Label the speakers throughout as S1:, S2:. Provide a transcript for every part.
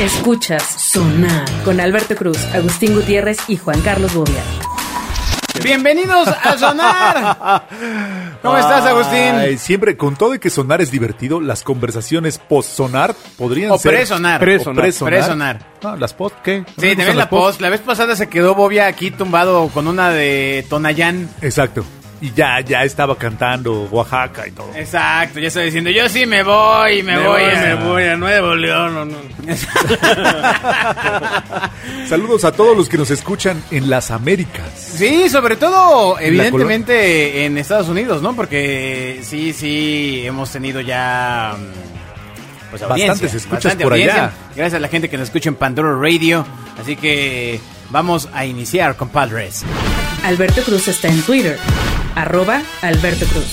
S1: Escuchas Sonar con Alberto Cruz, Agustín Gutiérrez y Juan Carlos Bobia.
S2: Bienvenidos a Sonar. ¿Cómo estás, Agustín?
S3: Ay, siempre, con todo y que sonar es divertido, las conversaciones post-sonar podrían
S2: O
S3: ser...
S2: pre-sonar.
S3: Pre-sonar.
S2: O pre-sonar. Pre-sonar.
S3: No, las post, ¿qué? ¿No
S2: Sí,
S3: les
S2: también
S3: gustan
S2: la
S3: las post?
S2: post. La vez pasada se quedó Bobia aquí tumbado con una de Tonayán.
S3: Exacto. Y ya, ya estaba cantando Oaxaca y todo.
S2: Exacto, ya está diciendo, yo sí me voy, me, voy, a-
S4: a Nuevo León.
S3: Saludos a todos los que nos escuchan en las Américas.
S2: Sí, sobre todo,
S3: En la
S2: evidentemente, en Estados Unidos, ¿no? Porque sí, sí, hemos tenido ya... mm, Pues audiencia.
S3: Bastantes escuchas
S2: bastante
S3: por
S2: audiencia.
S3: allá.
S2: Gracias a la gente que nos escucha en Pandora Radio. Así que vamos a iniciar, compadres.
S1: Alberto Cruz está en Twitter, arroba Alberto Cruz.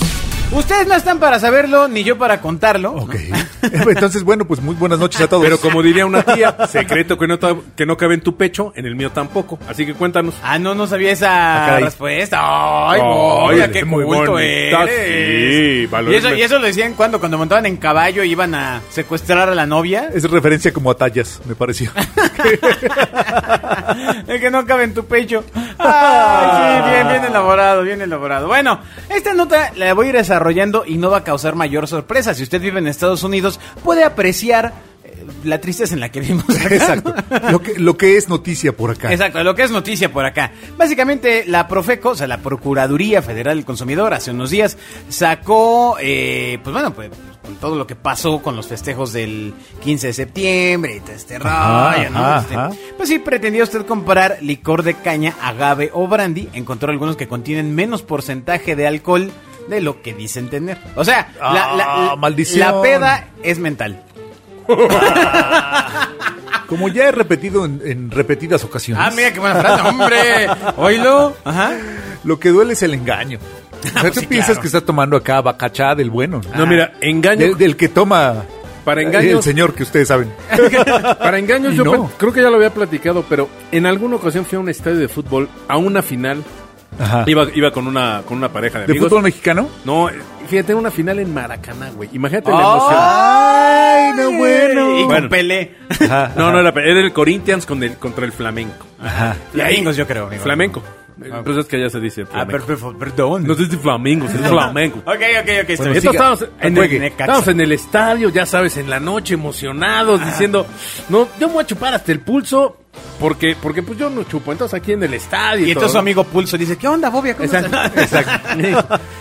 S2: Ustedes no están para saberlo, ni yo para contarlo.
S3: Ok. Entonces, bueno, pues muy buenas noches a todos.
S4: Pero como diría una tía, secreto que no, ta- que no cabe en tu pecho, en el mío tampoco. Así que cuéntanos.
S2: Ah, no, no sabía
S3: Ah,
S2: esa
S3: caray.
S2: respuesta. Ay, mira,
S4: Órale,
S2: qué
S4: muy
S2: culto
S4: bonita,
S2: eres.
S4: Ah, sí, valores
S2: y, eso,
S4: me-
S2: y eso lo decían cuando, cuando montaban en caballo y iban a secuestrar a la novia.
S3: Es referencia como a tallas, me pareció.
S2: El que no cabe en tu pecho. Ay, sí, bien, bien elaborado, bien elaborado. Bueno, esta nota la voy a ir desarrollando y no va a causar mayor sorpresa. Si usted vive en Estados Unidos, puede apreciar eh, la tristeza en la que vivimos. acá.
S3: Exacto. Lo que, lo que es noticia por acá.
S2: Exacto, lo que es noticia por acá. Básicamente, la Profeco, o sea, la Procuraduría Federal del Consumidor, hace unos días sacó, eh, pues bueno, pues con todo lo que pasó con los festejos del 15 de septiembre y todo este
S3: Ajá,
S2: rollo, ¿no?
S3: ajá,
S2: Este,
S3: ajá.
S2: pues sí, pretendía usted comprar licor de caña, agave o brandy. Encontró algunos que contienen menos porcentaje de alcohol de lo que dicen tener. O sea, la- la,
S3: Ah,
S2: la-
S3: maldición.
S2: la peda es mental.
S3: Como ya he repetido en, en repetidas ocasiones,
S2: Ah, mira qué buena frase, hombre. Oilo. Ajá.
S3: Ah, lo que duele es el engaño. O sea, tú
S2: Ah, pues sí,
S3: piensas
S2: claro.
S3: que estás tomando acá bacachá del bueno. ¿no?
S4: No, mira, engaño.
S3: Del, del que toma
S4: Para
S3: eh,
S4: engaños.
S3: el señor que ustedes saben.
S4: Para engaños,
S3: Y
S4: yo
S3: no.
S4: pla- creo que ya lo había platicado, pero en alguna ocasión fui a un estadio de fútbol, a una final.
S3: Ajá.
S4: Iba, iba con, una, con una pareja de
S3: Ah. ¿De
S4: amigos.
S3: fútbol mexicano?
S4: No, eh, fíjate, una final en Maracaná, güey. Imagínate la emoción.
S3: Ah.
S2: ¡Ay,
S3: no, bueno.
S2: Y con
S4: Bueno.
S2: Pelé.
S3: Ajá,
S4: No,
S3: ajá.
S4: no, era, era el Corinthians con el, contra el Flamenco.
S3: Ajá.
S2: Flamingos, yo creo, amigo.
S4: Flamenco. Entonces es que allá se dice
S2: Ah,
S4: flamenco.
S2: perfecto, perdón.
S4: No se dice flamenco, se dice flamenco.
S2: Ok, ok, ok. está
S3: Bueno,
S2: bien.
S3: sí.
S4: Entonces
S3: siga.
S4: estábamos en, el,
S3: Juegue.
S4: estábamos en el estadio, ya sabes, en la noche, emocionados, diciendo, no, yo me voy a chupar hasta el pulso, porque, porque pues yo no chupo, entonces aquí en el estadio.
S2: Y entonces su
S4: todo, ¿no?
S2: amigo Pulso dice, ¿qué onda, Bobia? ¿Cómo
S4: Exacto,
S2: estás?"
S4: exacto.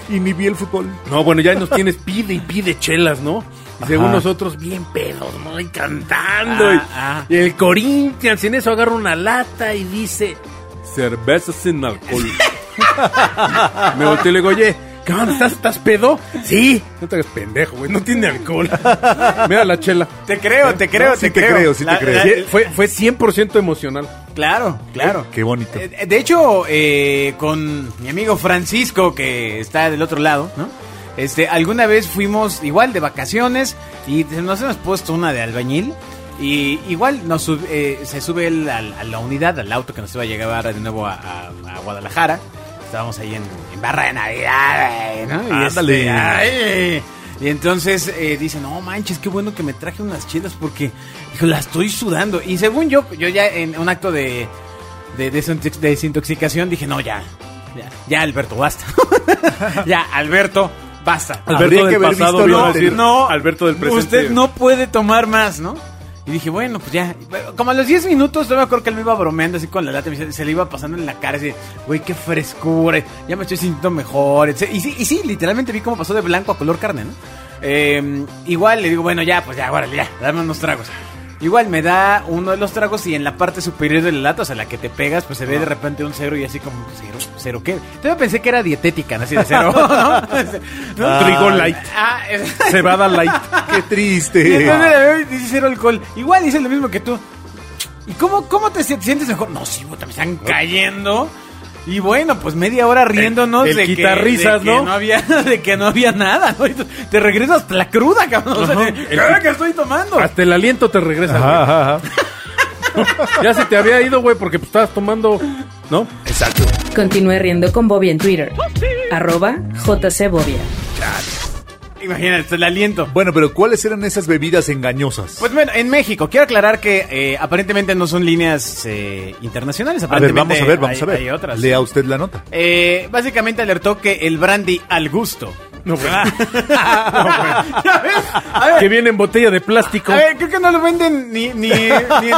S3: Y ni vi el fútbol.
S4: No, bueno, ya nos tienes, pide y pide chelas, ¿no? Y según
S3: Ajá.
S4: nosotros, bien pedos, ¿no? Y cantando. y-
S2: Ah, ah.
S4: y, el Corinthians, en eso agarra una lata y dice: Cerveza sin alcohol. Me volteé y le digo, oye. ¿Qué onda? ¿Estás, estás pedo? Sí. No te hagas pendejo, güey. No tiene alcohol. Mira la chela.
S2: Te creo, te creo,
S3: No, sí te creo, sí te creo.
S2: la-
S4: Fue, fue- fue 100% emocional.
S2: Claro, claro.
S3: Qué bonito.
S2: Eh, eh, De hecho, eh, con mi amigo Francisco, que está del otro lado, ¿no? Este, alguna vez fuimos igual de vacaciones y te- nos hemos puesto una de albañil. Y igual nos sub- eh, se sube él al- a, la unidad, al auto que nos iba a llevar de nuevo a, a- a Guadalajara. Estábamos ahí en, en Barra de Navidad, eh, ¿no? Y
S3: Ándale.
S2: este, ay, y entonces eh, dice, no manches, qué bueno que me traje unas chelas porque hijo, la estoy sudando. Y según yo, yo ya en un acto de, de, desintox- desintoxicación dije, no, ya, ya, ya, Alberto, basta. ya, Alberto, basta.
S4: Alberto
S3: Habría
S4: del
S3: que haber
S4: pasado
S3: visto lo
S4: vino a
S3: anterior.
S4: decir, Alberto del presente.
S2: Usted no puede tomar más, ¿no? Y dije, bueno, pues ya. Como a los 10 minutos, yo me acuerdo que él me iba bromeando así con la lata, me dice- se le iba pasando en la cara, así, güey, qué frescura, ya me estoy sintiendo mejor. etc. Y sí, y sí, literalmente vi cómo pasó de blanco a color carne, ¿no? Eh, igual le digo, bueno, ya, pues ya, órale, ya, dame unos tragos. Igual me da uno de los tragos y en la parte superior de la lata, o sea, la que te pegas, pues se ve de repente un cero y así como, pues, ¿cero? ¿Cero qué? Yo pensé que era dietética, ¿no? así de cero, ¿no? Este, ¿No?
S4: Trigo light.
S2: Ah, es-
S4: Cebada light.
S2: y entonces
S3: Qué
S2: la
S3: triste.
S2: bebé dice cero alcohol. Igual dice lo mismo que tú. ¿Y cómo, cómo te si- sientes mejor? No, sí, puta, me están cayendo. Y bueno, pues media hora riéndonos
S4: El- el
S2: de, que,
S4: quitar risas,
S2: de que
S4: ¿no?
S2: había, de que no había nada. ¿no? Y tú- Te regresas hasta la cruda, cabrón. O sea,
S4: Ajá.
S2: de,
S4: El
S2: "¿Qué hora
S4: qui-
S2: que estoy tomando?
S3: Ah.
S4: Hasta el aliento te regresa.
S3: Ajá, ajá, ajá.
S4: güey. Ya se te había ido, güey, porque pues, estabas tomando, ¿no?
S3: Exacto.
S1: Continúe riendo con Bobia en Twitter, arroba JC Bobia.
S2: Imagínate, el aliento.
S3: Bueno, pero ¿cuáles eran esas bebidas engañosas?
S2: Pues bueno, en México, quiero aclarar que eh, aparentemente no son líneas eh, internacionales.
S3: a ver, vamos
S2: aparentemente
S3: a ver, vamos
S2: hay-
S3: a ver.
S2: hay otras.
S3: Lea usted la nota.
S2: Eh, básicamente alertó que el brandy al gusto.
S4: No, güey.
S2: ¿Ya ves? A ver,
S4: Que viene en botella de plástico.
S2: a ver, creo que no lo venden ni, ni, ni en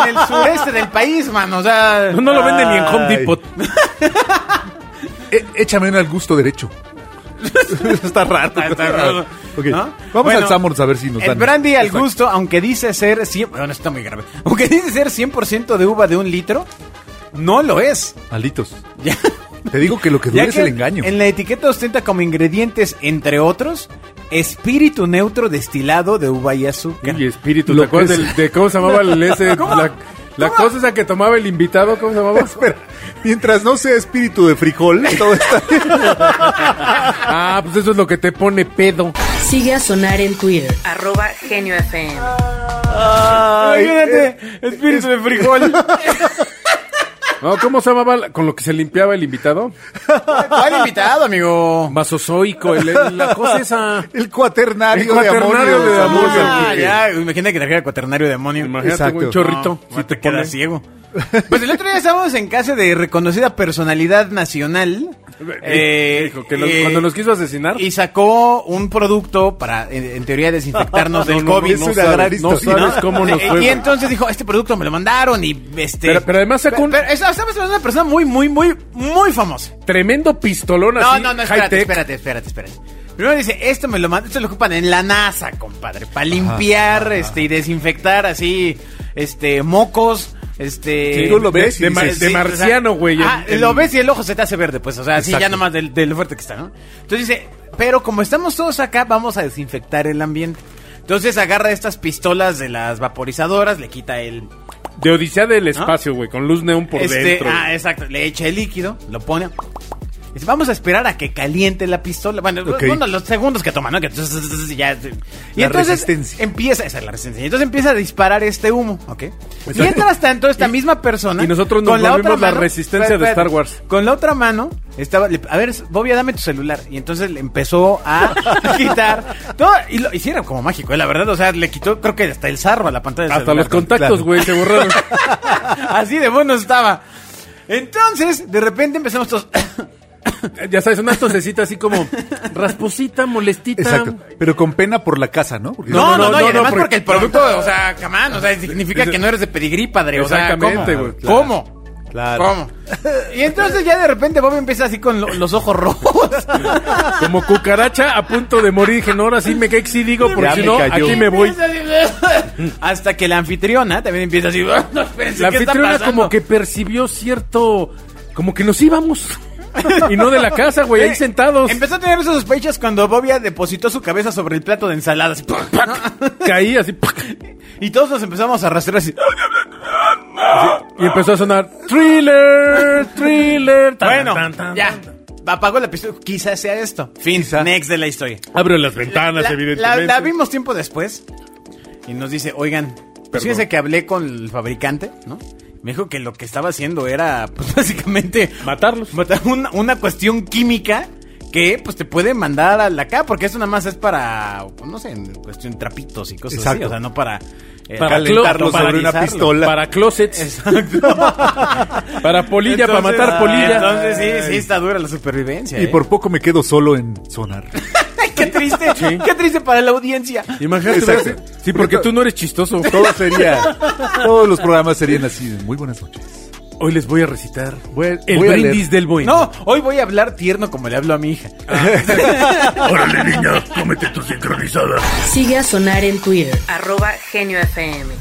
S2: el sureste del país, mano. O sea,
S4: No lo venden ni en Home
S3: Ay.
S4: Depot.
S3: Eh, échame una al gusto derecho. Está raro.
S2: Ah. Está raro.
S3: Ok,
S2: ¿No?
S3: Vamos
S2: Bueno,
S3: al Samors a ver si nos
S2: El
S3: dan.
S2: brandy al
S3: Exacto.
S2: gusto, aunque dice ser 100, bueno, esto está muy grave. Aunque dice ser 100% de uva de un litro, no lo es.
S3: Malditos.
S2: Ya,
S3: Te digo que lo que
S2: ya
S3: duele es el engaño.
S2: En la etiqueta ostenta como ingredientes, entre otros, espíritu neutro destilado de uva y azúcar.
S4: Y espíritu,
S3: Lo
S4: ¿te acuerdas
S3: que es-
S4: del- de, cómo se llamaba el ese?
S2: ¿Cómo?
S4: La, la cosa esa que tomaba el invitado, ¿cómo se llamaba?
S3: Espera, mientras no sea espíritu de frijol, todo está bien.
S4: Ah, pues eso es lo que te pone pedo.
S1: Sigue a Sonar en Twitter, arroba Genio FM.
S2: Imagínate,
S3: eh,
S2: espíritu de frijol.
S4: No, ¿Cómo se llamaba la- con lo que se limpiaba el invitado?
S2: ¿Cuál invitado, amigo?
S4: Vasozoico, el- el- la cosa esa.
S3: eh, El cuaternario,
S4: El cuaternario
S3: de
S4: de
S3: amonio.
S4: amonio.
S2: Ah,
S3: Porque-
S2: ya, imagínate que trajera cuaternario demonio.
S4: Imagínate,
S3: Exacto.
S4: güey, un chorrito.
S2: No,
S4: si
S2: te,
S4: te
S2: quedas
S4: pone.
S2: ciego. Pues el otro día estábamos en casa de reconocida personalidad nacional. eh,
S4: Dijo que nos-
S2: eh,
S4: cuando nos quiso asesinar.
S2: Y sacó un producto para, en, en teoría, desinfectarnos del
S4: No, no,
S2: COVID.
S3: es
S4: no
S3: una
S4: sabes,
S3: gran historia.
S4: No sabes cómo nos
S2: Eh,
S4: fue.
S2: y
S4: güey.
S2: entonces dijo, este producto me lo mandaron y este...
S4: Pero- pero además sacó un-
S2: Pero- pero estamos hablando de una persona muy, muy, muy, muy famosa.
S4: Tremendo pistolón
S2: No,
S4: así.
S2: no, no,
S4: high
S2: espérate,
S4: tech.
S2: espérate, espérate, espérate. Primero dice, esto me lo mandan, esto lo ocupan en la NASA, compadre, para limpiar, este, y desinfectar así, este, mocos, este...
S3: Sí, tú lo ves y
S4: de, de mar-
S3: dices,
S4: de
S2: sí,
S4: marciano,
S2: o sea,
S4: güey.
S2: Ah,
S4: el-
S2: lo
S4: el-
S2: ves y el ojo se te hace verde, pues, o sea, así
S3: Exacto.
S2: ya nomás del, del fuerte que está, ¿no? Entonces dice, pero como estamos todos acá, vamos a desinfectar el ambiente. Entonces agarra estas pistolas de las vaporizadoras, le quita el,
S4: De Odisea del Espacio, güey, con luz neón por
S2: este,
S4: dentro.
S2: Ah,
S4: güey.
S2: exacto. Le echa el líquido, lo pone. Dice, vamos a esperar a que caliente la pistola. Bueno,
S3: Ok.
S2: bueno, los segundos que toma, ¿no? Que y ya- y
S3: La
S2: entonces
S3: resistencia.
S2: empieza, esa es la resistencia. Y entonces empieza a disparar este humo, ¿ok? Mientras tanto, esta misma persona.
S4: y nosotros nos volvimos la resistencia de Star Wars.
S2: Con la otra mano, estaba. le- a ver, Bobia, dame tu celular. Y entonces le empezó a quitar todo. Y lo hicieron como mágico, eh, la verdad. O sea, le quitó, creo que hasta el sarro a la pantalla del
S4: Hasta
S2: celular.
S4: los contactos,
S3: claro.
S4: güey, se borraron.
S2: Así de bueno estaba. Entonces, de repente empezamos todos.
S4: ya sabes, unas tosecitas así como rasposita, molestita.
S3: Exacto. Pero con pena por la casa, ¿no? Porque-
S2: No, no, no,
S4: no,
S2: y
S4: no,
S2: además
S4: porque-
S2: porque, el producto, o sea, camán, o sea, significa que no eres de pedigrí, padre. O sea, ¿cómo?
S4: Exactamente, güey, claro.
S2: ¿Cómo?
S3: Claro.
S2: ¿Cómo? Y entonces ya de repente Bob empieza así con lo- los ojos rojos.
S4: Como cucaracha a punto de morir. Dije, no, ahora sí me cae, sí digo, porque
S3: Ya
S4: si
S3: me
S4: no,
S3: cayó.
S4: aquí me voy.
S2: Hasta que la anfitriona también empieza así. "No, espérense,
S4: La
S2: ¿qué está
S4: anfitriona
S2: pasando?"
S4: como que percibió cierto... Como que nos íbamos. y no de la casa, güey, ahí
S2: Sí.
S4: sentados.
S2: Empezó a tener esas sospechas cuando Bobia depositó su cabeza sobre el plato de ensaladas.
S4: Caí así. ¡pac!
S2: Y todos nos empezamos a arrastrar así.
S4: Y empezó a sonar thriller, thriller. tan,
S2: Bueno,
S4: tan, tan,
S2: ya.
S4: tan, tan.
S2: Apagó la pistola. Quizás sea esto. Fin. Next de la historia.
S4: Abrió las ventanas,
S2: La, la-
S4: evidentemente.
S2: la vimos tiempo después. Y nos dice, oigan, pues fíjense que hablé con el fabricante, ¿no? Me dijo que lo que estaba haciendo era, pues básicamente...
S4: Matarlos.
S2: matar una, una cuestión química que, pues, te puede mandar a la acá. Porque eso nada más es para, pues, no sé, en cuestión trapitos y cosas así.
S3: Exacto.
S2: O sea, no para... eh,
S4: Para
S2: calentarlo
S4: clo- para
S2: sobre una
S3: guisarlo.
S2: pistola.
S3: la-
S4: Para closets.
S2: Exacto.
S4: Para polilla, para
S2: Entonces- ah,
S4: matar polilla.
S2: Entonces sí, sí está dura la supervivencia.
S3: Y
S2: ¿eh?
S3: por poco me quedo solo en sonar.
S2: Ay, qué triste, qué triste para la audiencia.
S4: Imagínate,
S3: Exacto.
S4: ¿verdad? sí, porque tú no eres chistoso.
S3: Todo sería. Todos los programas serían así. de, Muy buenas noches.
S4: Hoy les voy a recitar
S3: Voy-
S4: el
S3: voy a leer.
S4: brindis del bueno.
S2: No, Ah, hoy voy a hablar tierno como le hablo a mi hija.
S5: Órale, niña, cómete tu sincronizada.
S1: Sigue a Sonar en Twitter, arroba Genio FM.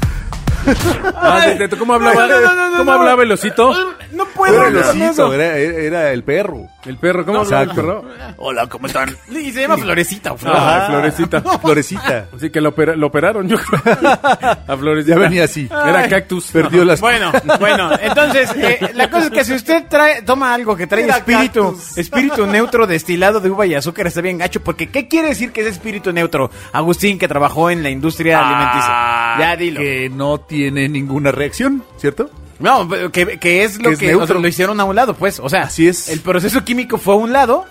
S4: Ah, ¿de- de- de- ¿Cómo hablaba,
S2: No, no, no, no,
S4: ¿cómo
S2: no.
S4: hablaba el osito?
S2: No
S3: Era
S2: puedo
S3: el
S2: hablar con
S3: osito,
S2: eso.
S3: era, era el perro.
S4: El perro, ¿cómo hablaba el
S3: Exacto.
S4: perro?
S5: Hola, ¿cómo están?
S2: Y se llama Florecita. o Flor.
S4: Ah, Florecita.
S3: Florecita.
S4: Así que lo, opera- lo operaron, yo creo. A Florecita.
S3: Ya venía así.
S4: Era cactus.
S3: Perdió las.
S2: Bueno, bueno, entonces eh, la cosa es que si usted trae, toma algo que trae
S3: Era
S2: espíritu,
S3: cactus.
S2: espíritu neutro destilado de uva y azúcar está bien gacho, porque ¿qué quiere decir que es espíritu neutro? Agustín que trabajó en la industria
S3: Ah,
S2: alimenticia. Ya dilo.
S3: Que no tiene ninguna reacción, ¿cierto?
S2: No, pero que, que es lo
S3: Que
S2: que,
S3: es
S2: o sea,
S3: neutro.
S2: lo hicieron a un lado, pues. O sea,
S3: Así es.
S2: El proceso químico fue a un lado,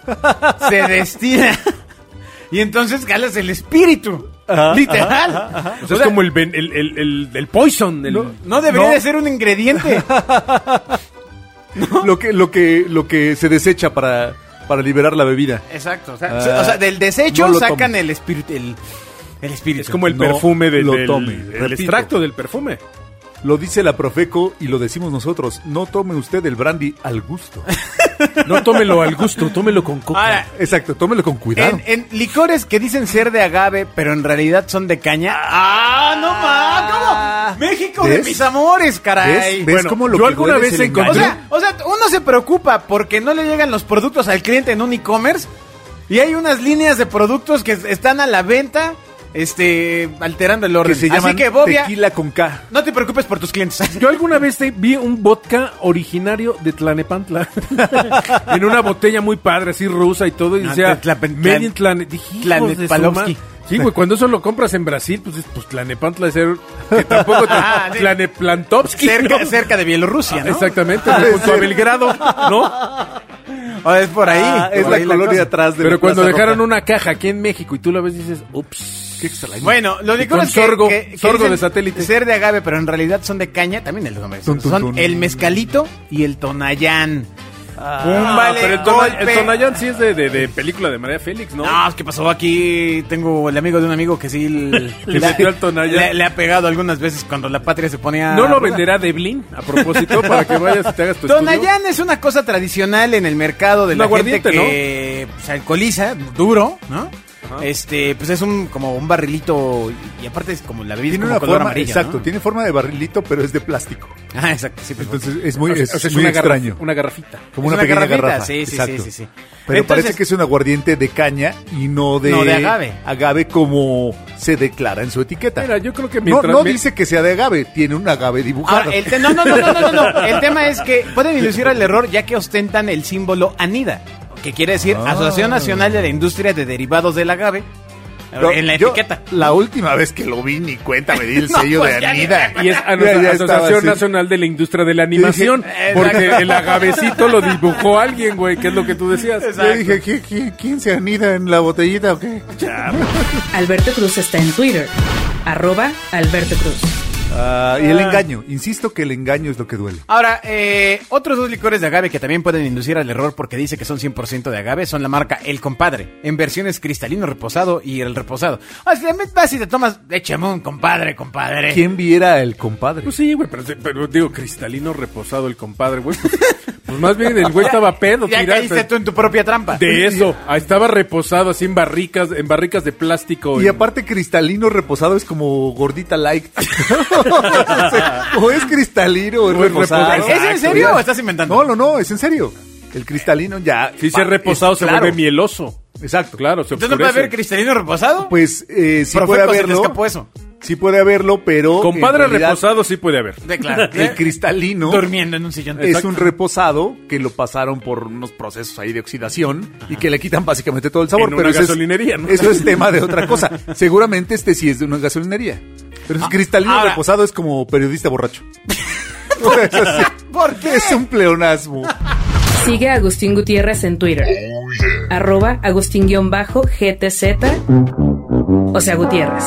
S2: se destina. y entonces jalas el espíritu.
S4: Ajá,
S2: literal.
S4: O sea,
S2: O
S4: es
S2: sea,
S4: como el, ven- el, el, el, el poison. El,
S2: No debería de ser un ingrediente.
S3: Lo que, lo que, lo que se desecha para, para liberar la bebida.
S2: Exacto. O sea,
S3: Ah,
S2: o sea, del desecho
S3: no lo
S2: sacan
S3: tomes.
S2: el espíritu. El, el espíritu.
S4: Es como el
S3: No
S4: perfume del,
S3: lo
S4: del-
S3: tome,
S4: el
S3: repito.
S4: extracto del perfume.
S3: Lo dice la Profeco y lo decimos nosotros. No tome usted el brandy al gusto.
S4: No tómelo al gusto, tómelo con coca.
S2: Ahora,
S3: Exacto, tómelo con cuidado.
S2: en, en licores que dicen ser de agave, pero en realidad son de caña. ¡Ah, no más! ¿Cómo? ¡México de
S3: Ah. ¿Ves?
S2: mis amores, caray!
S3: ¿Ves? ¿Ves
S4: bueno,
S3: cómo lo
S4: yo
S3: que
S4: alguna
S3: duele
S4: vez
S3: es el
S4: encontré-
S2: O
S3: engaño?
S2: sea, o sea, uno se preocupa porque no le llegan los productos al cliente en un e-commerce y hay unas líneas de productos que están a la venta, este, alterando el orden.
S3: que se
S2: Así
S3: llaman
S2: que, Bobia,
S3: tequila con K.
S2: no te preocupes por tus clientes.
S4: Yo alguna vez te- vi un vodka originario de Tlanepantla. en una botella muy padre, así rusa y todo. Y
S3: Ah,
S2: No,
S4: decía,
S2: te- Tlapen-
S4: Made in Tlane. Dije, "Hijos de su
S2: Tlanepalovsky".
S4: madre". Sí, güey, cuando eso lo compras en Brasil, pues, es- pues Tlanepantla es ser... Que tampoco...
S2: Ah, sí.
S4: Tlaneplantovsky,
S2: cerca,
S4: ¿no?
S2: cerca de Bielorrusia,
S3: Ah,
S2: ¿no? Ah,
S4: Exactamente, junto a Belgrado, ¿no?
S2: O es por ahí.
S3: Ah, es
S2: por
S3: la
S2: ahí
S3: colonia
S2: cosa.
S3: atrás de
S4: Pero
S3: la
S4: cuando
S3: Plaza
S4: dejaron
S3: Roja.
S4: una caja aquí en México y tú la ves dices, ups, qué extraño.
S2: Bueno, lo
S4: Y
S2: de
S4: con
S2: es que,
S4: sorgo,
S2: que- que
S4: sorgo
S2: dicen
S4: de satélite.
S2: Ser de agave, pero en realidad son de caña, también el nombre.
S3: Tun, tun,
S2: son
S3: tun.
S2: el mezcalito y el tonayán.
S4: Ah,
S2: Un vale
S4: pero el, Tona- el
S2: golpe.
S4: Tonayán sí es de, de- de película de María Félix, ¿no?
S2: No, es que pasó aquí. Tengo el amigo de un amigo que sí le,
S4: Le
S2: le-
S4: metió al Tonayán.
S2: le- le ha pegado algunas veces cuando la patria se ponía.
S4: No lo
S2: ruda.
S4: venderá Deblin, a propósito, para que vayas y te hagas tu estudio.
S2: Tonayán es una cosa tradicional en el mercado de
S4: Un
S2: la gente
S4: aguardiente,
S2: que se alcoholiza duro, ¿no? Este, pues es un como un barrilito y aparte es como la bebida
S3: Tiene
S2: es como
S3: una
S2: color
S3: forma,
S2: amarillo,
S3: exacto,
S2: ¿no?
S3: tiene forma de barrilito, pero es de plástico.
S2: Ah, exacto, sí, pues,
S3: Entonces es muy,
S4: O sea,
S3: es,
S4: o sea, es
S3: muy
S4: una garra-
S3: extraño.
S4: una garrafita.
S3: como
S2: es
S3: una,
S2: una
S3: pequeña
S2: garrafita,
S3: garrafa.
S2: sí, sí, sí,
S3: exacto.
S2: sí, sí.
S3: Pero
S2: Entonces-
S3: parece que es un aguardiente de caña y no de,
S2: No, de agave.
S3: agave como se declara en su etiqueta.
S4: Mira, yo creo que
S3: no,
S4: mientras...
S3: no
S4: me-
S3: dice que sea de agave, tiene un agave dibujado.
S2: Ahora, Ah, el te- no, no, no, no, no, no, no. El tema es que pueden ilusionar el error ya que ostentan el símbolo ANIDA, que quiere decir
S3: Ah.
S2: Asociación Nacional de la Industria de Derivados del Agave,
S3: No,
S2: en la
S3: yo
S2: etiqueta.
S3: La última vez que lo vi, ni cuenta, me di el
S2: No,
S3: sello
S2: pues,
S3: de
S2: ya ni-
S3: Anida.
S4: Y es a
S3: Ya,
S4: nuestra
S3: ya estaba
S4: Asociación
S3: así.
S4: Nacional de la Industria de la Animación,
S2: Exacto.
S4: porque el agavecito lo dibujó alguien, güey, que es lo que tú decías.
S3: Yo dije, ¿qui- qui- ¿quién se anida en la botellita o qué?
S1: Alberto Cruz está en Twitter. Arroba Alberto Cruz.
S3: Ah, y el engaño, insisto que el engaño es lo que duele.
S2: Ahora, eh, otros dos licores de agave que también pueden inducir al error porque dice que son 100% de agave son la marca El Compadre, en versiones cristalino reposado y el reposado. O sea, vas y te tomas, échame un compadre, compadre.
S3: ¿Quién viera el compadre?
S4: Pues sí, güey, pero, pero digo, cristalino reposado el compadre, güey. Pues, pues más bien el güey estaba pedo,
S2: Ya
S4: tirado,
S2: caíste
S4: pero-
S2: tú en tu propia trampa.
S4: De eso, ah, estaba reposado así en barricas, en barricas de plástico.
S3: Y
S4: en-
S3: aparte cristalino reposado es como gordita light. O sea, o es cristalino o es
S4: O es
S3: reposado.
S4: reposado.
S2: ¿Es en serio o estás inventando?
S3: No, no, no, es en serio. El cristalino ya...
S4: si se ha
S3: pa-
S4: reposado
S3: es
S4: se
S3: claro.
S4: vuelve mieloso.
S3: Exacto.
S4: Claro, se
S2: ¿Entonces no puede
S4: oscurece.
S2: haber cristalino reposado?
S3: Pues eh, sí
S2: Profeco,
S3: puede
S2: se te
S3: haberlo.
S2: escapó eso.
S3: Sí puede haberlo, pero...
S4: Compadre
S3: en realidad,
S4: reposado ¿eh? sí puede haber.
S2: De claro.
S3: El cristalino...
S2: Durmiendo en un sillón.
S3: Es un reposado que lo pasaron por unos procesos ahí de oxidación y que le quitan básicamente todo el sabor.
S4: En
S3: pero
S4: una
S3: eso es-
S4: gasolinería, ¿no?
S3: Eso es tema de otra cosa. Seguramente este sí es de una gasolinería. Pero
S4: Ah,
S3: es cristalino
S2: ahora-
S3: reposado es como periodista borracho. O sea, eso sí.
S2: ¿Por qué?
S3: Es un pleonasmo.
S4: Ah,
S1: Sigue a Agustín Gutiérrez en Twitter. Arroba Agustín-GTZ. O sea, Gutiérrez.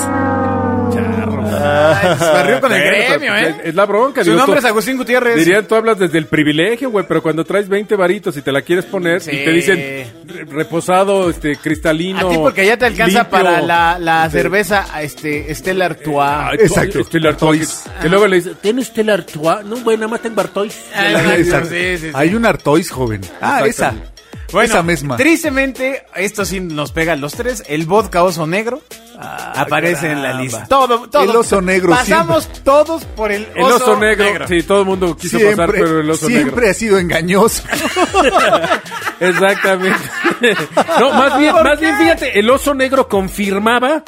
S2: Ay, se barrió Ah, con el
S4: Bueno,
S2: gremio,
S4: pero,
S2: ¿eh?
S4: pues, Es la bronca.
S2: Su
S4: digo,
S2: nombre
S4: tú-
S2: es Agustín Gutiérrez.
S4: Dirían, tú hablas desde el privilegio, güey, pero cuando traes 20 varitos y te la quieres poner
S2: Sí.
S4: y te dicen re- reposado, este, cristalino.
S2: a ti porque ya te alcanza
S4: limpio.
S2: para la, la cerveza este, Estela Artois.
S4: Ay, este,
S3: Exacto.
S4: Estela Artois.
S3: Artois.
S4: Que luego le dices, ¿tiene Estela Artois? No, güey, nada más tengo Artois.
S2: Ah,
S3: Exacto.
S2: sí, sí, sí.
S3: Hay un Artois joven. Ah, esa.
S4: Exacto.
S2: Bueno,
S3: esa misma.
S2: Tristemente, esto sí nos pega a los tres. El vodka oso negro aparece en la
S3: caramba.
S2: lista. Todo, todo.
S3: El oso negro
S2: Pasamos todos por el oso,
S4: El oso, negro. Sí, todo el mundo quiso
S3: Siempre,
S4: pasar, pero el oso
S3: siempre
S4: negro.
S3: ha sido engañoso.
S4: Exactamente. no, más bien,
S2: ¿Por
S4: más
S2: qué?
S4: bien, fíjate, el oso negro confirmaba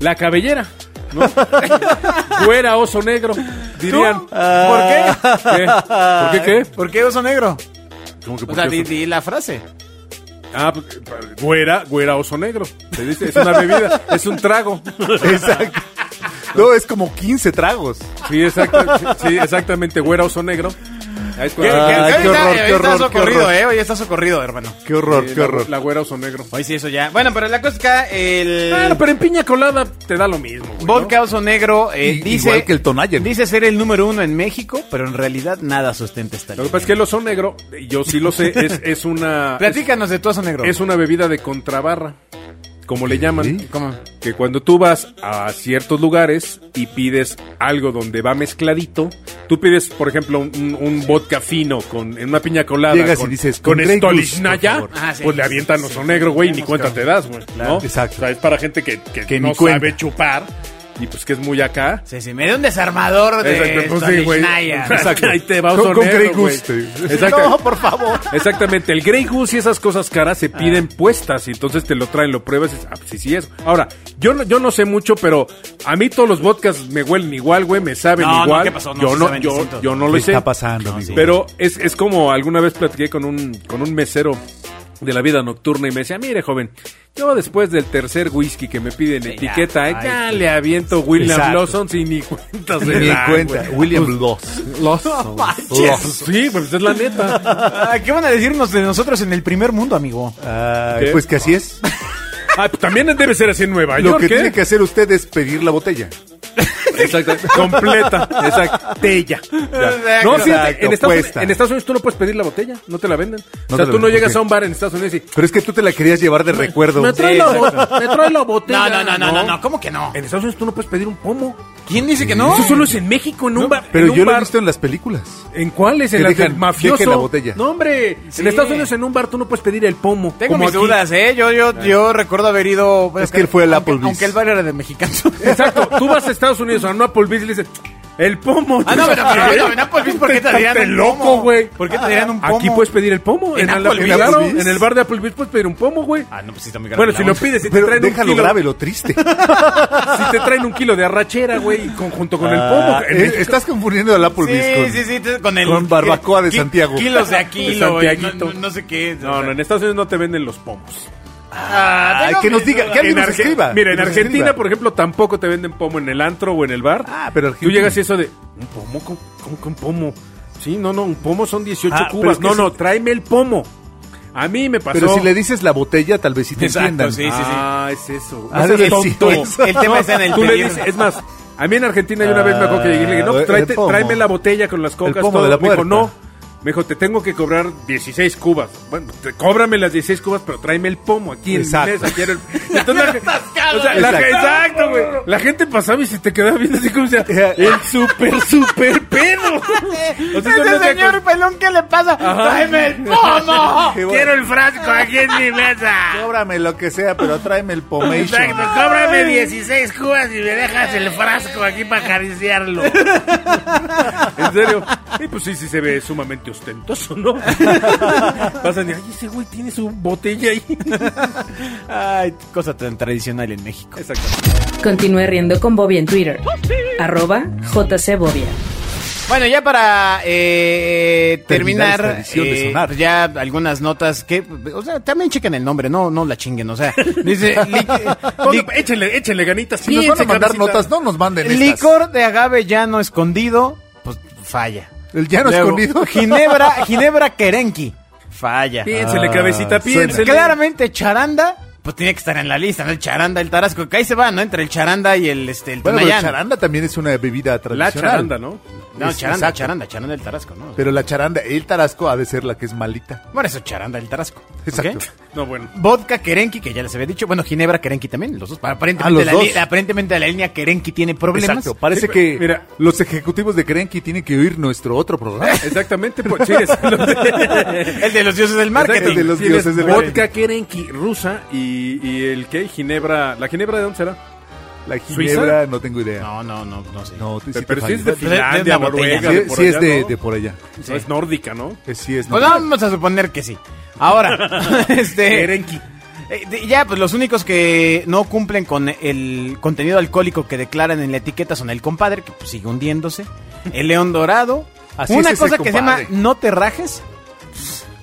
S4: la cabellera. ¿no? Fuera oso negro, dirían.
S2: ¿Tú? ¿Por qué?
S3: Ah.
S4: ¿Qué? ¿Por qué qué?
S2: Ah, ¿Por qué oso negro?
S4: ¿Cómo que
S2: O
S4: por
S2: sea,
S4: qué
S2: di,
S4: oso-
S2: di la frase.
S4: Ah, pues, güera, güera oso negro. Se dice, es una bebida, es un trago.
S3: Exacto. No, es como 15 tragos.
S4: Sí, exacta- sí, exactamente, güera oso negro. Ahí es
S2: Que- que-
S4: cuando-
S2: que
S3: Ay,
S2: ahorita-
S3: qué horror, qué
S2: ahorita está
S3: horror, qué
S2: socorrido,
S3: horror.
S2: eh. Hoy está socorrido, hermano.
S3: Qué horror,
S4: Sí,
S3: qué
S4: la-
S3: horror.
S4: La güera oso negro.
S2: Hoy sí, eso ya. Bueno, pero la cosa es que el.
S4: Bueno, Ah, pero en piña colada te da lo mismo, güey. ¿no?
S2: Vodka Oso Negro eh,
S3: Y-
S2: dice,
S3: igual que el Tonayan.
S2: dice ser el número uno en México, pero en realidad nada sustenta esta
S4: Lo que
S2: línea.
S4: pasa es que el oso negro, y yo sí lo sé, es, es una.
S2: Platícanos de tu Oso Negro.
S4: Es una bebida de contrabarra, como le llaman.
S3: ¿Sí?
S2: ¿Cómo?
S4: Que cuando tú vas a ciertos lugares y pides algo donde va mezcladito, tú pides, por ejemplo, un, un vodka fino con en una piña colada.
S3: Llegas y
S4: con,
S3: dices,
S4: con
S3: con Grey Goose,
S4: Stolichnaya,
S3: por favor.
S2: Ah, sí.
S4: pues le avientan oso negro, güey, y ni cuenta te das, güey. ¿no?
S3: Exacto.
S4: O sea, es para gente que, que
S3: Que
S4: no
S3: ni cuenta.
S4: sabe chupar y pues que es muy acá.
S2: Sí, sí, me dio un desarmador de
S4: Exacto, pues sí, güey.
S2: Stolichnaya.
S4: Exacto. Ahí te va
S3: Con-
S4: oso
S3: con
S4: negro,
S3: Grey
S4: güey.
S3: Goose, sí.
S4: Exacto.
S2: por favor.
S4: Exactamente, el Grey Goose y esas cosas caras se
S2: Ah.
S4: piden puestas y entonces te lo traen, lo pruebas y dices, ah, pues sí, sí es. Ahora, yo no, yo no sé mucho, pero a mí todos los vodkas me huelen igual, güey, me saben
S2: No, no,
S4: igual.
S2: ¿qué pasó? No,
S4: yo
S2: sí
S4: no,
S2: saben
S4: yo,
S2: distinto.
S4: yo no lo
S3: ¿Qué
S4: sé.
S3: está pasando, amigo?
S4: Pero es, es como alguna vez platiqué con un, con un mesero de la vida nocturna y me decía, mire joven, yo después del tercer whisky que me piden
S2: Sí, ya.
S4: etiqueta, eh,
S2: Ay,
S4: ya
S2: sí.
S4: le aviento William
S3: Exacto.
S4: Lawson sin ni cuentas de
S3: Ni
S4: edad,
S3: cuenta.
S4: güey".
S3: William Loss. Loss.
S4: Pues, Sí, pues es la neta.
S2: Ah, ¿Qué van a decirnos de nosotros en el primer mundo, amigo?
S3: Ah,
S4: ¿Qué?
S3: pues que así es.
S4: Ah, pues también debe ser así en Nueva
S3: Lo
S4: York.
S3: que
S4: ¿eh?
S3: tiene que hacer usted es pedir la botella.
S4: Exacto. Completa. Exacto. Bella. No,
S2: Exacto.
S4: fíjate, en Estados,
S3: Puesta.
S4: Unidos, en Estados Unidos tú no puedes pedir la botella, no te la venden. o
S3: No te
S4: sea,
S3: la
S4: tú no
S3: venden,
S4: llegas
S3: ok.
S4: a un bar en Estados Unidos y...
S3: Pero es que tú te la querías llevar de recuerdo.
S4: Me trae,
S2: Sí,
S4: la,
S2: exacto.
S4: bo- me trae la
S2: No,
S4: botella.
S2: no, no, no, no, no, ¿cómo que no?
S4: En Estados Unidos tú no puedes pedir un pomo.
S2: ¿Quién dice que no?
S4: Eso solo es en México, en un bar.
S3: Pero
S4: en un
S3: yo lo he
S4: bar-
S3: visto en las películas.
S4: ¿En cuál es?
S3: Que
S4: ¿En la del
S3: dejan-
S4: mafioso?
S3: dejen la botella.
S4: No, hombre.
S2: Sí.
S4: En Estados Unidos en un bar tú no puedes pedir el pomo.
S2: Tengo
S4: como
S2: mis
S4: aquí.
S2: dudas, ¿eh? Yo, yo, yo recuerdo haber ido...
S3: Es que él fue al
S2: aunque-
S3: Applebee's.
S2: Aunque el bar era de mexicanos.
S4: Exacto. Tú vas a Estados Unidos a un Applebee's y le dices... El pomo.
S2: Ah, no, pero, pero,
S4: ¿Qué?
S2: pero en Applebee's, ¿por qué te
S4: Estás
S2: darían
S4: de
S2: un
S4: loco,
S2: pomo?
S4: güey?
S2: ¿Por qué te darían un
S4: Aquí
S2: pomo?
S4: puedes pedir el pomo.
S2: ¿En
S4: En, Applebee's,
S2: Applebee's?
S4: claro,
S3: Applebee's.
S4: en el bar de Applebee's puedes pedir un pomo, güey.
S2: Ah, no, pues sí, está muy grave
S4: Bueno,
S2: la
S4: si lo
S2: onda.
S4: pides, si te
S3: Pero
S4: traen un
S3: déjalo
S4: kilo,
S3: grave, lo triste.
S4: si te traen un kilo de arrachera, güey, con- junto con el pomo.
S3: Ah,
S4: en este-
S3: eh,
S4: México-
S3: Estás confundiendo al Applebee's
S2: Sí,
S3: con...
S2: sí, sí, te- con el...
S3: con barbacoa de
S2: qui-
S3: Santiago.
S2: Kilos de aquí,
S4: De
S2: lo- no,
S4: Santiaguito.
S2: no- no sé qué. o
S4: no,
S2: sea.
S4: no, en Estados Unidos no te venden los pomos.
S2: Ah,
S3: Ay,
S2: tengo
S3: que nos
S2: mis
S3: diga,
S2: dudas.
S3: que alguien
S4: En
S3: nos
S4: Arge-
S3: escriba.
S4: Mira,
S3: que
S4: en
S3: nos
S4: Argentina,
S3: escriba.
S4: por ejemplo, tampoco te venden pomo en el antro o en el bar.
S3: Ah, pero
S4: Tú
S3: Argentina.
S4: llegas y eso de, ¿un pomo? ¿Cómo, cómo que un pomo? Sí, no, no, un pomo son 18
S2: Ah, pero es
S4: cubas.
S2: que
S4: No,
S2: eso-
S4: no, tráeme el pomo. A mí me pasó.
S3: Pero si le dices la botella, tal vez sí te
S2: Exacto,
S3: entiendan.
S2: sí.
S4: Ah, es eso.
S3: Ah,
S4: No seas
S3: bien,
S4: tonto.
S3: sí, pues.
S2: El tema está en el
S4: Tú le
S2: pedir.
S4: dices, es más, a mí en Argentina yo una vez me acuerdo que llegué y le dije, no, pues,
S3: Ah,
S4: tráete-
S3: el pomo.
S4: tráeme la botella con las cocas.
S3: El pomo
S4: todo.
S3: de la
S4: me dijo,
S3: puerta.
S4: no. Me dijo, te tengo que cobrar 16 cubas. Bueno, te- cóbrame las 16 cubas, pero tráeme el pomo aquí en
S3: Exacto.
S4: mi mesa. Quiero el... Entonces, la,
S2: Atascado.
S4: o sea, la-
S3: Exacto.
S4: exacto, güey. La gente pasaba y se te quedaba viendo así como decía, el super, super pedo. O sea,
S2: Ese
S4: son las
S2: señor pelón, ¿qué le pasa? ¡Tráeme el
S4: Oh,
S2: pomo!
S3: Qué bueno.
S5: Quiero el frasco aquí en mi mesa.
S3: Cóbrame lo que sea, pero tráeme el pomation.
S5: Exacto,
S2: pues,
S5: cóbrame 16 cubas y me dejas el frasco aquí para acariciarlo.
S4: En serio. Y pues sí, sí se ve sumamente ostentoso, ¿no? Pasan y, ay, ese güey tiene su botella ahí.
S2: Ay, cosa tan tradicional en México.
S4: Exacto.
S1: Continúe riendo con Bobby en Twitter. Arroba JCBobia.
S2: Bueno, ya para eh,
S3: Terminar
S2: terminar,
S3: esta edición de
S2: eh,
S3: Sonar.
S2: ya algunas notas que, o sea, también chequen el nombre, no, no la chinguen, o sea, dice li- li-
S4: échenle, échenle ganitas.
S3: Si nos van a mandar notas, no nos manden estas.
S2: licor de agave llano escondido, pues falla.
S3: El llano
S2: Luego,
S3: escondido.
S2: Ginebra, Ginebra Kerenki, falla.
S4: Piénsele,
S3: Ah,
S4: cabecita,
S3: suena.
S4: piénsele.
S2: Claramente charanda, pues tiene que estar en la lista, ¿no? El charanda, el tarasco, que ahí se va, ¿no? Entre el charanda y el, este, el
S3: Bueno, pero
S2: tonayán.
S3: el charanda también es una bebida
S4: La
S3: tradicional.
S4: charanda, ¿no?
S2: No,
S3: Es-
S2: charanda,
S3: exacto.
S2: charanda, charanda el tarasco, ¿no?
S3: Pero la charanda, el tarasco ha de ser la que es malita.
S2: Bueno, eso charanda el tarasco. ¿ok?
S3: Exacto.
S4: No, bueno.
S2: Vodka Kerenki, que ya les había dicho. Bueno, Ginebra Kerenki también, los dos. Aparentemente,
S3: Ah, los
S2: la,
S3: dos.
S2: li- aparentemente la línea Kerenki tiene problemas.
S3: Exacto. Parece
S4: Sí,
S3: que
S4: mira.
S3: los ejecutivos de Crenky tienen que oír nuestro otro programa.
S4: Exactamente, pues, sí, es lo de-
S2: El de los dioses del marketing.
S3: el de los
S4: Tienes
S3: dioses del
S4: vodka kerenki rusa y, y el que ginebra, la ginebra de dónde será?
S3: La
S4: ¿Suiza?
S3: ginebra, no tengo idea.
S2: No, no, no, no sé.
S3: No, sí te
S4: pero sí
S3: falla.
S4: es de
S2: Pues es de una
S4: Finlandia,
S2: botella,
S4: Noruega,
S2: ¿no?
S4: de
S3: Sí,
S4: por
S3: sí es
S4: allá,
S3: de,
S4: ¿no?
S3: de por allá.
S4: No, es nórdica, ¿no?
S3: Eh, Sí es.
S2: Pues
S3: no.
S2: vamos a suponer que sí. Ahora, este.
S4: Kerenki.
S2: eh, de- Ya, pues los únicos que no cumplen con el contenido alcohólico que declaran en la etiqueta son el compadre, que pues, sigue hundiéndose. El león dorado.
S3: Así
S2: una
S3: es ese
S2: cosa que se llama
S3: compadre.
S2: no te rajes.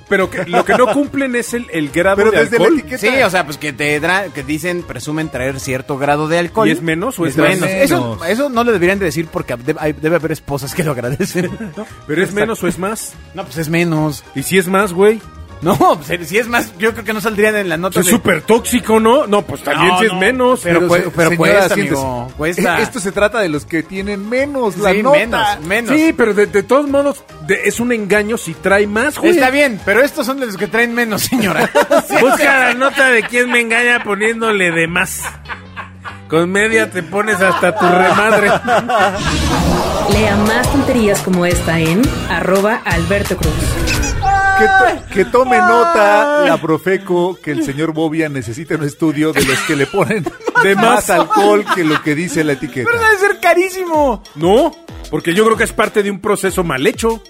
S4: pero que, lo que no cumplen es el, el grado
S3: Pero
S4: de
S3: desde la
S4: alcohol.
S3: etiqueta- ¿Qué
S2: Sí,
S3: tal?
S2: o sea, pues que te tra- que dicen, presumen traer cierto grado de alcohol.
S4: ¿Y es menos o es más?
S2: menos? Eso, eso no lo deberían de decir porque de- hay- debe haber esposas que lo agradecen. ¿no?
S4: Pero es menos o es más.
S2: No, pues es menos.
S4: Y si es más, güey.
S2: No, pues, si es más, yo creo que no saldrían en la nota.
S4: Es
S2: de-
S4: súper tóxico, ¿no? No, pues también
S2: No,
S4: si es
S2: no,
S4: menos.
S2: pero
S4: Pero,
S2: pues-
S3: se-
S2: pero
S3: señora,
S2: cuesta,
S3: siéntese.
S2: amigo, cuesta.
S3: Eh, Esto se trata de los que tienen menos la
S2: Sí,
S3: nota.
S2: menos, menos.
S4: Sí, pero de, de todos modos de- es un engaño si trae más, güey.
S2: Está bien, pero estos son de los que traen menos, señora.
S5: Busca la nota de quién me engaña poniéndole de más.
S4: Con media te pones hasta tu remadre.
S1: Lea más tonterías como esta en arroba Alberto Cruz.
S3: Que, to- que tome nota la Profeco que el señor Bobia necesita un estudio de los que le ponen de más alcohol que lo que dice la etiqueta.
S2: pero debe ser carísimo.
S4: No, porque yo creo que es parte de un proceso mal hecho.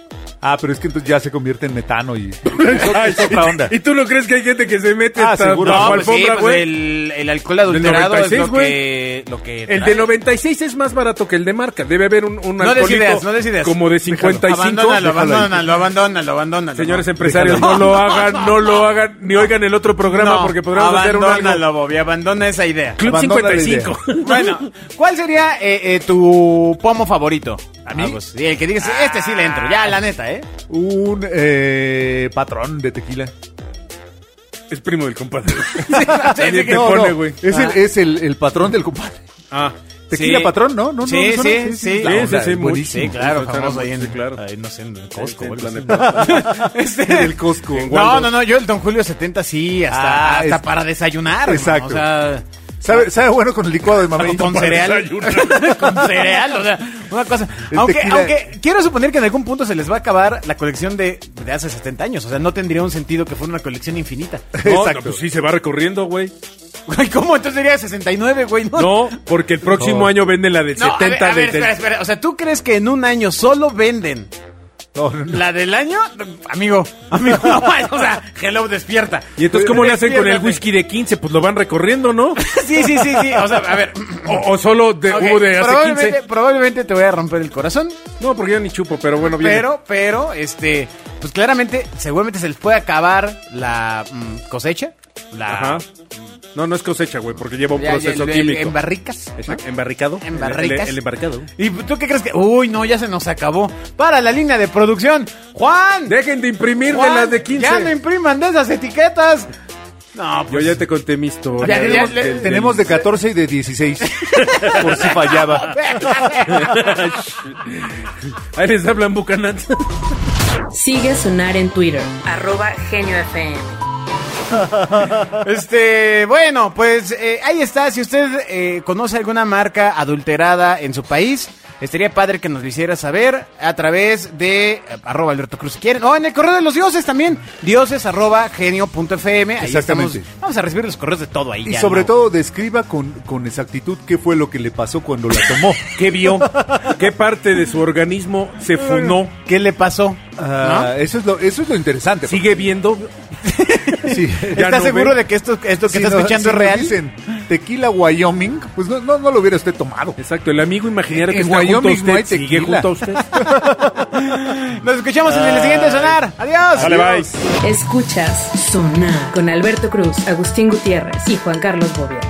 S3: Ah, pero es que entonces ya se convierte en metano y es,
S4: Ah,
S3: otra- es otra onda.
S4: ¿Y tú no crees que hay gente que se mete
S3: Ah,
S4: hasta
S3: seguro.
S4: bajo
S3: No,
S2: pues sí,
S4: alfombra,
S2: pues
S4: güey?
S2: el, el alcohol adulterado es
S4: 96,
S2: lo que, lo que trae.
S4: El de 96 es más barato que el de marca. Debe haber un, un
S2: No des
S4: alcohólico
S2: ideas, no des ideas.
S4: como de 55.
S2: Abandónalo,
S4: Déjalo ahí.
S2: abandónalo, abandónalo, abandónalo.
S4: Señores empresarios, no lo hagan, no lo hagan, ni oigan el otro programa
S2: No,
S4: porque podremos hacer un algo.
S2: Abandónalo, Bobby, abandona esa idea.
S4: Club
S3: Abandona la
S4: 55.
S2: Bueno, ¿cuál sería eh, eh, tu pomo favorito?
S3: ¿A mí?
S2: Ah, pues, sí, el que digas, este sí le entro, ya, la neta, ¿eh?
S3: Un eh, patrón de tequila.
S4: Es primo del compadre.
S2: sí,
S4: También
S2: que-
S4: te
S2: no, Ah.
S4: pone,
S3: no,
S4: güey.
S3: Es, el, es el, el patrón del compadre.
S4: Ah.
S3: Tequila
S2: Sí.
S3: patrón, ¿no? no no,
S2: sí,
S3: ¿no suena?
S2: sí, sí, sí,
S3: la onda,
S4: sí,
S3: es
S4: mucho.
S3: buenísimo.
S2: Sí, claro,
S4: Sí,
S2: famoso ahí en,
S4: sí, claro.
S2: ahí, no sé, en el Costco.
S4: en
S2: o algo así. Este-
S3: En el Costco.
S2: no, no, no, yo el Don Julio 70 sí, hasta,
S3: Ah,
S2: hasta
S3: es-
S2: para desayunar.
S3: Exacto.
S2: hermano,
S3: ¿Sabe, sabe bueno con el licuado de
S2: o sea,
S3: mamey.
S2: Ah. con cereal. con cereal, o sea, una cosa.
S3: El
S2: Aunque,
S3: tequila-
S2: aunque quiero suponer que en algún punto se les va a acabar la colección de, de hace 70 años. O sea, no tendría un sentido que fuera una colección infinita.
S4: No,
S3: Exacto.
S4: no, pues sí, se va recorriendo, güey.
S2: Pues- Güey, ¿cómo? Entonces sería 69, güey. No,
S4: No, porque el próximo
S3: No.
S4: año venden la de
S2: No, a
S4: 70
S2: ver, a
S4: de-
S2: ver,
S4: de-
S2: espera, espera. O sea, ¿tú crees que en un año solo venden
S3: No, no, no.
S2: la del año? Amigo, amigo, no, o sea, hello, despierta.
S4: ¿Y entonces cómo le hacen con el
S2: Despiértate.
S4: whisky de 15? Pues lo van recorriendo, ¿no?
S2: Sí, sí, sí, sí. O sea, a ver.
S4: O, o solo de,
S2: ok,
S4: hubo de hace
S2: probablemente,
S4: 15.
S2: probablemente te voy a romper el corazón,
S4: No, porque yo ni chupo, pero bueno, bien.
S2: pero, pero, este, pues claramente, seguramente se les puede acabar la mm, cosecha, la
S4: Ajá. No, no es cosecha, güey, porque lleva un
S2: ya- ya-
S4: proceso
S2: el- el-
S4: químico.
S2: en barricas. ¿no?
S4: Exacto, ¿Embarricado?
S2: En barricas.
S4: El, el embarcado.
S2: ¿Y tú qué crees que? Uy, no, ya se nos acabó. Para la línea de producción, Juan.
S4: Dejen de imprimir de
S2: Juan,
S4: las de 15.
S2: Ya no impriman de esas etiquetas. No,
S4: Yo
S2: pues.
S4: ya te conté mi historia.
S2: Ya, ya,
S4: Tenemos-
S2: le-
S4: del-
S3: Tenemos de 14 y de 16. Por si fallaba.
S4: Ahí les hablan Bucanat.
S1: Sigue a Sonar en Twitter, arroba Genio FM.
S2: Este, bueno, pues eh, ahí está. Si usted eh, conoce alguna marca adulterada en su país, estaría padre que nos lo hiciera saber a través de eh, arroba Alberto Cruz si quieren. O en el correo de los dioses también, dioses arroba genio.fm. Ahí
S3: Exactamente.
S2: estamos. Vamos a recibir los correos de todo ahí.
S3: Y
S2: ya,
S3: sobre
S2: ¿no?
S3: todo, describa con, con exactitud qué fue lo que le pasó cuando la tomó.
S4: ¿Qué vio? ¿Qué parte de su organismo se funó?
S2: ¿Qué le pasó?
S3: Ah, eso, es lo, eso es lo interesante.
S4: ¿Sigue viendo?
S3: Sí.
S4: Ya
S2: ¿Estás
S4: no
S2: seguro
S4: ve.
S2: de que esto, esto que
S3: Si
S2: está
S3: no-
S2: escuchando
S3: si
S2: es
S3: nos
S2: real?
S3: dicen tequila Wyoming, pues no, no, no lo hubiera usted tomado.
S4: Exacto, el amigo imaginario que
S3: En
S4: está junto a
S3: Wyoming no hay
S4: usted sigue
S3: tequila.
S4: junto a usted.
S2: Nos escuchamos en el siguiente sonar. Adiós.
S4: bye.
S1: Escuchas Sonar con Alberto Cruz, Agustín Gutiérrez y Juan Carlos Bobia.